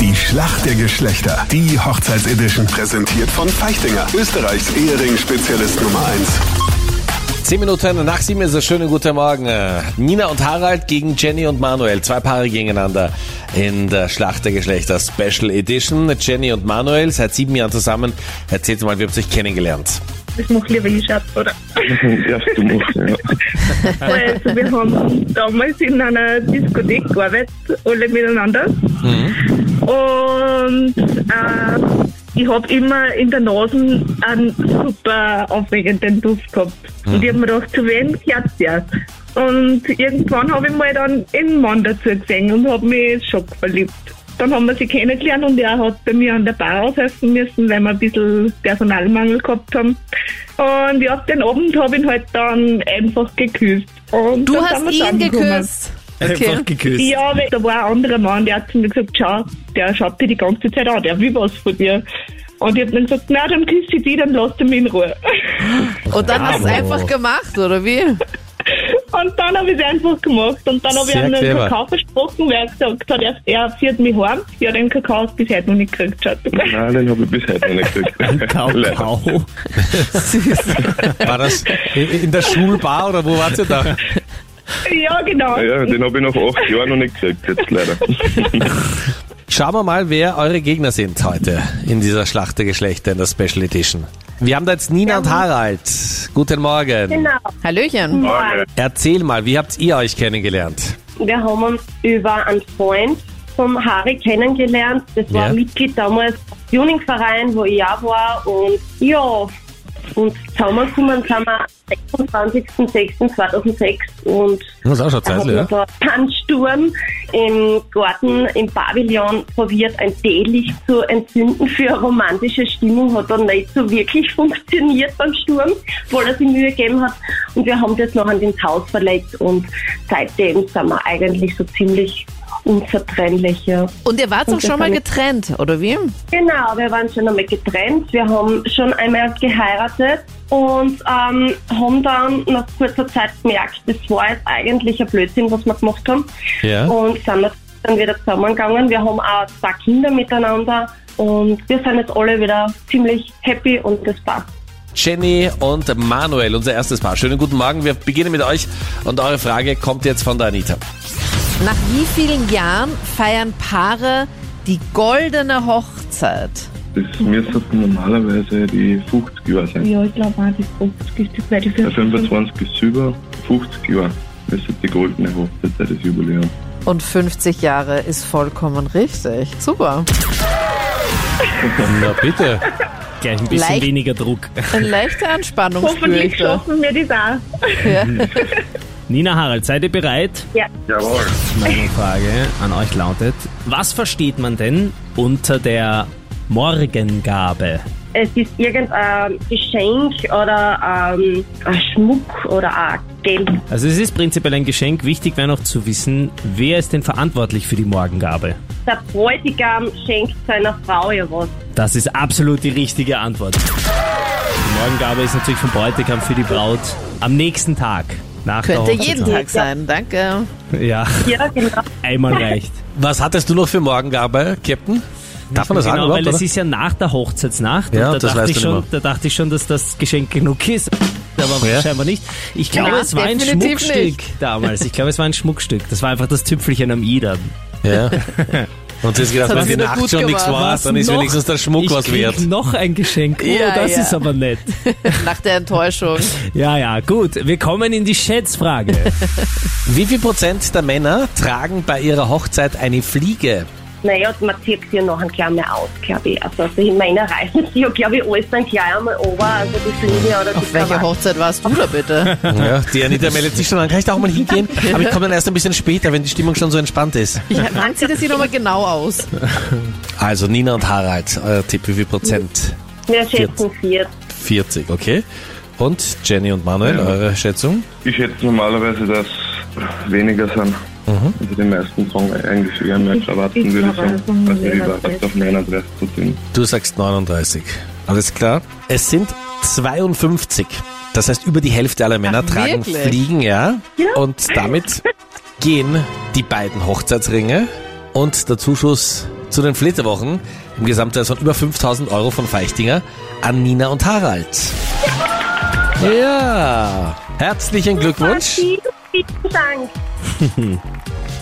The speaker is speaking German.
Die Schlacht der Geschlechter. Die Hochzeitsedition präsentiert von Feichtinger. Österreichs Ehering-Spezialist Nummer 1. Zehn Minuten nach sieben ist es. Schönen guten Morgen. Äh, Nina und Harald gegen Jenny und Manuel. Zwei Paare gegeneinander in der Schlacht der Geschlechter Special Edition. Jenny und Manuel, seit sieben Jahren zusammen. Erzählt mal, wie habt ihr euch kennengelernt? Das mache ich wegen Schatz, oder? Ja, du musst, ja. Also wir haben damals in einer Diskothek gearbeitet, alle miteinander. Und äh, ich habe immer in der Nase einen super aufregenden Duft gehabt. Und ich habe mir gedacht, zu wem gehört der? Und irgendwann habe ich mal dann einen Mann dazu gesehen und habe mich schock verliebt. Dann haben wir sie kennengelernt und er hat bei mir an der Bar aushelfen müssen, weil wir ein bisschen Personalmangel gehabt haben. Und ja, den Abend habe ich ihn halt dann einfach geküsst. Und Du dann hast sind wir ihn zusammengekommen. geküsst. Einfach geküsst. Ja, weil da war ein anderer Mann, der hat zu mir gesagt, schau, der schaut dir die ganze Zeit an, der will was von dir. Und ich hab dann gesagt, na, dann küsse ich dich, dann lass du mich in Ruhe. Und dann hast du es Bravo. einfach gemacht, oder wie? Und dann habe ich es einfach gemacht. Und dann habe ich Sehr ihm einen clever. Kakao versprochen, weil er gesagt hat, er, er fährt mich heim. Ja, den Kakao ist bis heute noch nicht gekriegt, schaut. Nein, den habe ich bis heute noch nicht gekriegt. Kau, Leider. kau. Süß. War das in in der Schulbar oder wo wart ihr da? Ja, genau. Ja, den habe ich nach acht Jahren noch nicht gekriegt, jetzt leider. Schauen wir mal, wer eure Gegner sind heute in dieser Schlacht der Geschlechter in der Special Edition. Wir haben da jetzt Nina und Harald. Guten Morgen. Genau. Hallöchen. Erzähl mal, wie habt ihr euch kennengelernt? Wir haben uns über einen Freund vom Harry kennengelernt. Das war Ja. Mitglied damals im Jugendverein, wo ich auch war. Und ja, und zusammengekommen sind wir am 26.06.2006 und Das ist auch schon da haben wir da einen Sturm im Garten im Pavillon probiert, ein Teelicht zu entzünden für eine romantische Stimmung. Hat dann nicht so wirklich funktioniert beim Sturm, obwohl er sich Mühe gegeben hat. Und wir haben das noch an ins Haus verlegt und seitdem sind wir eigentlich so ziemlich unzertrennlich. Ja. Und ihr wart doch schon mal getrennt, oder wie? Genau, wir waren schon einmal getrennt. Wir haben schon einmal geheiratet und ähm, haben dann nach kurzer Zeit gemerkt, das war jetzt eigentlich ein Blödsinn, was wir gemacht haben. Ja. Und sind wir dann wieder zusammengegangen. Wir haben auch zwei Kinder miteinander und wir sind jetzt alle wieder ziemlich happy und das passt. Jenny und Manuel, unser erstes Paar. Schönen guten Morgen. Wir beginnen mit euch und eure Frage kommt jetzt von der Anita. Nach wie vielen Jahren feiern Paare die goldene Hochzeit? Das müssten normalerweise die 50 Jahre sein. Ja, ich glaube auch, die 50 ist das, weil die Bei 25 25 ist über 50 Jahre. müsste die goldene Hochzeit das Jubiläum. Und 50 Jahre ist vollkommen richtig. Super. Na bitte. Gleich ein bisschen Leicht. weniger Druck. Eine leichte Anspannung spüre Hoffentlich ich da. schaffen wir das auch. Nina Harald, seid ihr bereit? Jawohl. Meine Frage an euch lautet, was versteht man denn unter der Morgengabe? Es ist irgendein Geschenk oder ähm, ein Schmuck oder ein Geld. Also es ist prinzipiell ein Geschenk. Wichtig wäre noch zu wissen, wer ist denn verantwortlich für die Morgengabe? Der Bräutigam schenkt seiner Frau ja was. Das ist absolut die richtige Antwort. Die Morgengabe ist natürlich vom Bräutigam für die Braut am nächsten Tag. Nach Könnte der jeden Hochzeit. Tag sein, danke. Ja, Ja, genau. einmal reicht. Was hattest du noch für Morgengabe, Captain? Darf man das sagen genau, überhaupt, weil das oder? ist ja nach der Hochzeitsnacht. Ja, und da das dachte weißt ich du schon, nicht Da dachte ich schon, dass das Geschenk genug ist. Aber Ja. scheinbar nicht. Ich glaube, Na, es war ein definitiv Schmuckstück nicht. damals. Ich glaube, es war ein Schmuckstück. Das war einfach das Tüpfelchen am I dann. Ja. Und sie ist gedacht, Das wenn hat die sie doch Nacht gut schon nichts gemacht. war, Was dann ist noch? wenigstens der Schmuck ich was krieg wert. noch ein Geschenk. Oh, Ja, das ja. ist aber nett. Nach der Enttäuschung. Ja, ja, gut. Wir kommen in die Schätzfrage. Wie viel Prozent der Männer tragen bei ihrer Hochzeit eine Fliege? Naja, also man zieht sich ja noch ein klein mehr aus, glaube ich. Also, also ich meine, reißen sich ja, glaube ich, alles dann gleich einmal runter, also die Fliege oder die Auf welcher Krawatte. Hochzeit warst du da bitte? Ja, die Anita meldet sich schon an. Kann ich da auch mal hingehen? Aber ich komme dann erst ein bisschen später, wenn die Stimmung schon so entspannt ist. Ja, wann sieht das hier nochmal genau aus? Also Nina und Harald, euer Tipp, wie viel Prozent? Wir schätzen vier. 40, okay. Und Jenny und Manuel, Ja. eure Schätzung? Ich schätze normalerweise, dass weniger sind. Also die meisten sagen eigentlich eher mehr Krawatten, Ich würde ich glaube, sagen. also um Also ich war 39. fast auf 39 zu ziehen. Du sagst 39. Alles klar. Es sind 52. Das heißt, über die Hälfte aller Männer Ach, tragen wirklich? Fliegen, ja. Und damit gehen die beiden Hochzeitsringe und der Zuschuss zu den Flitterwochen im Gesamtpreis von über 5000 Euro von Feichtinger an Nina und Harald. Ja, herzlichen Glückwunsch. Vielen, vielen Dank.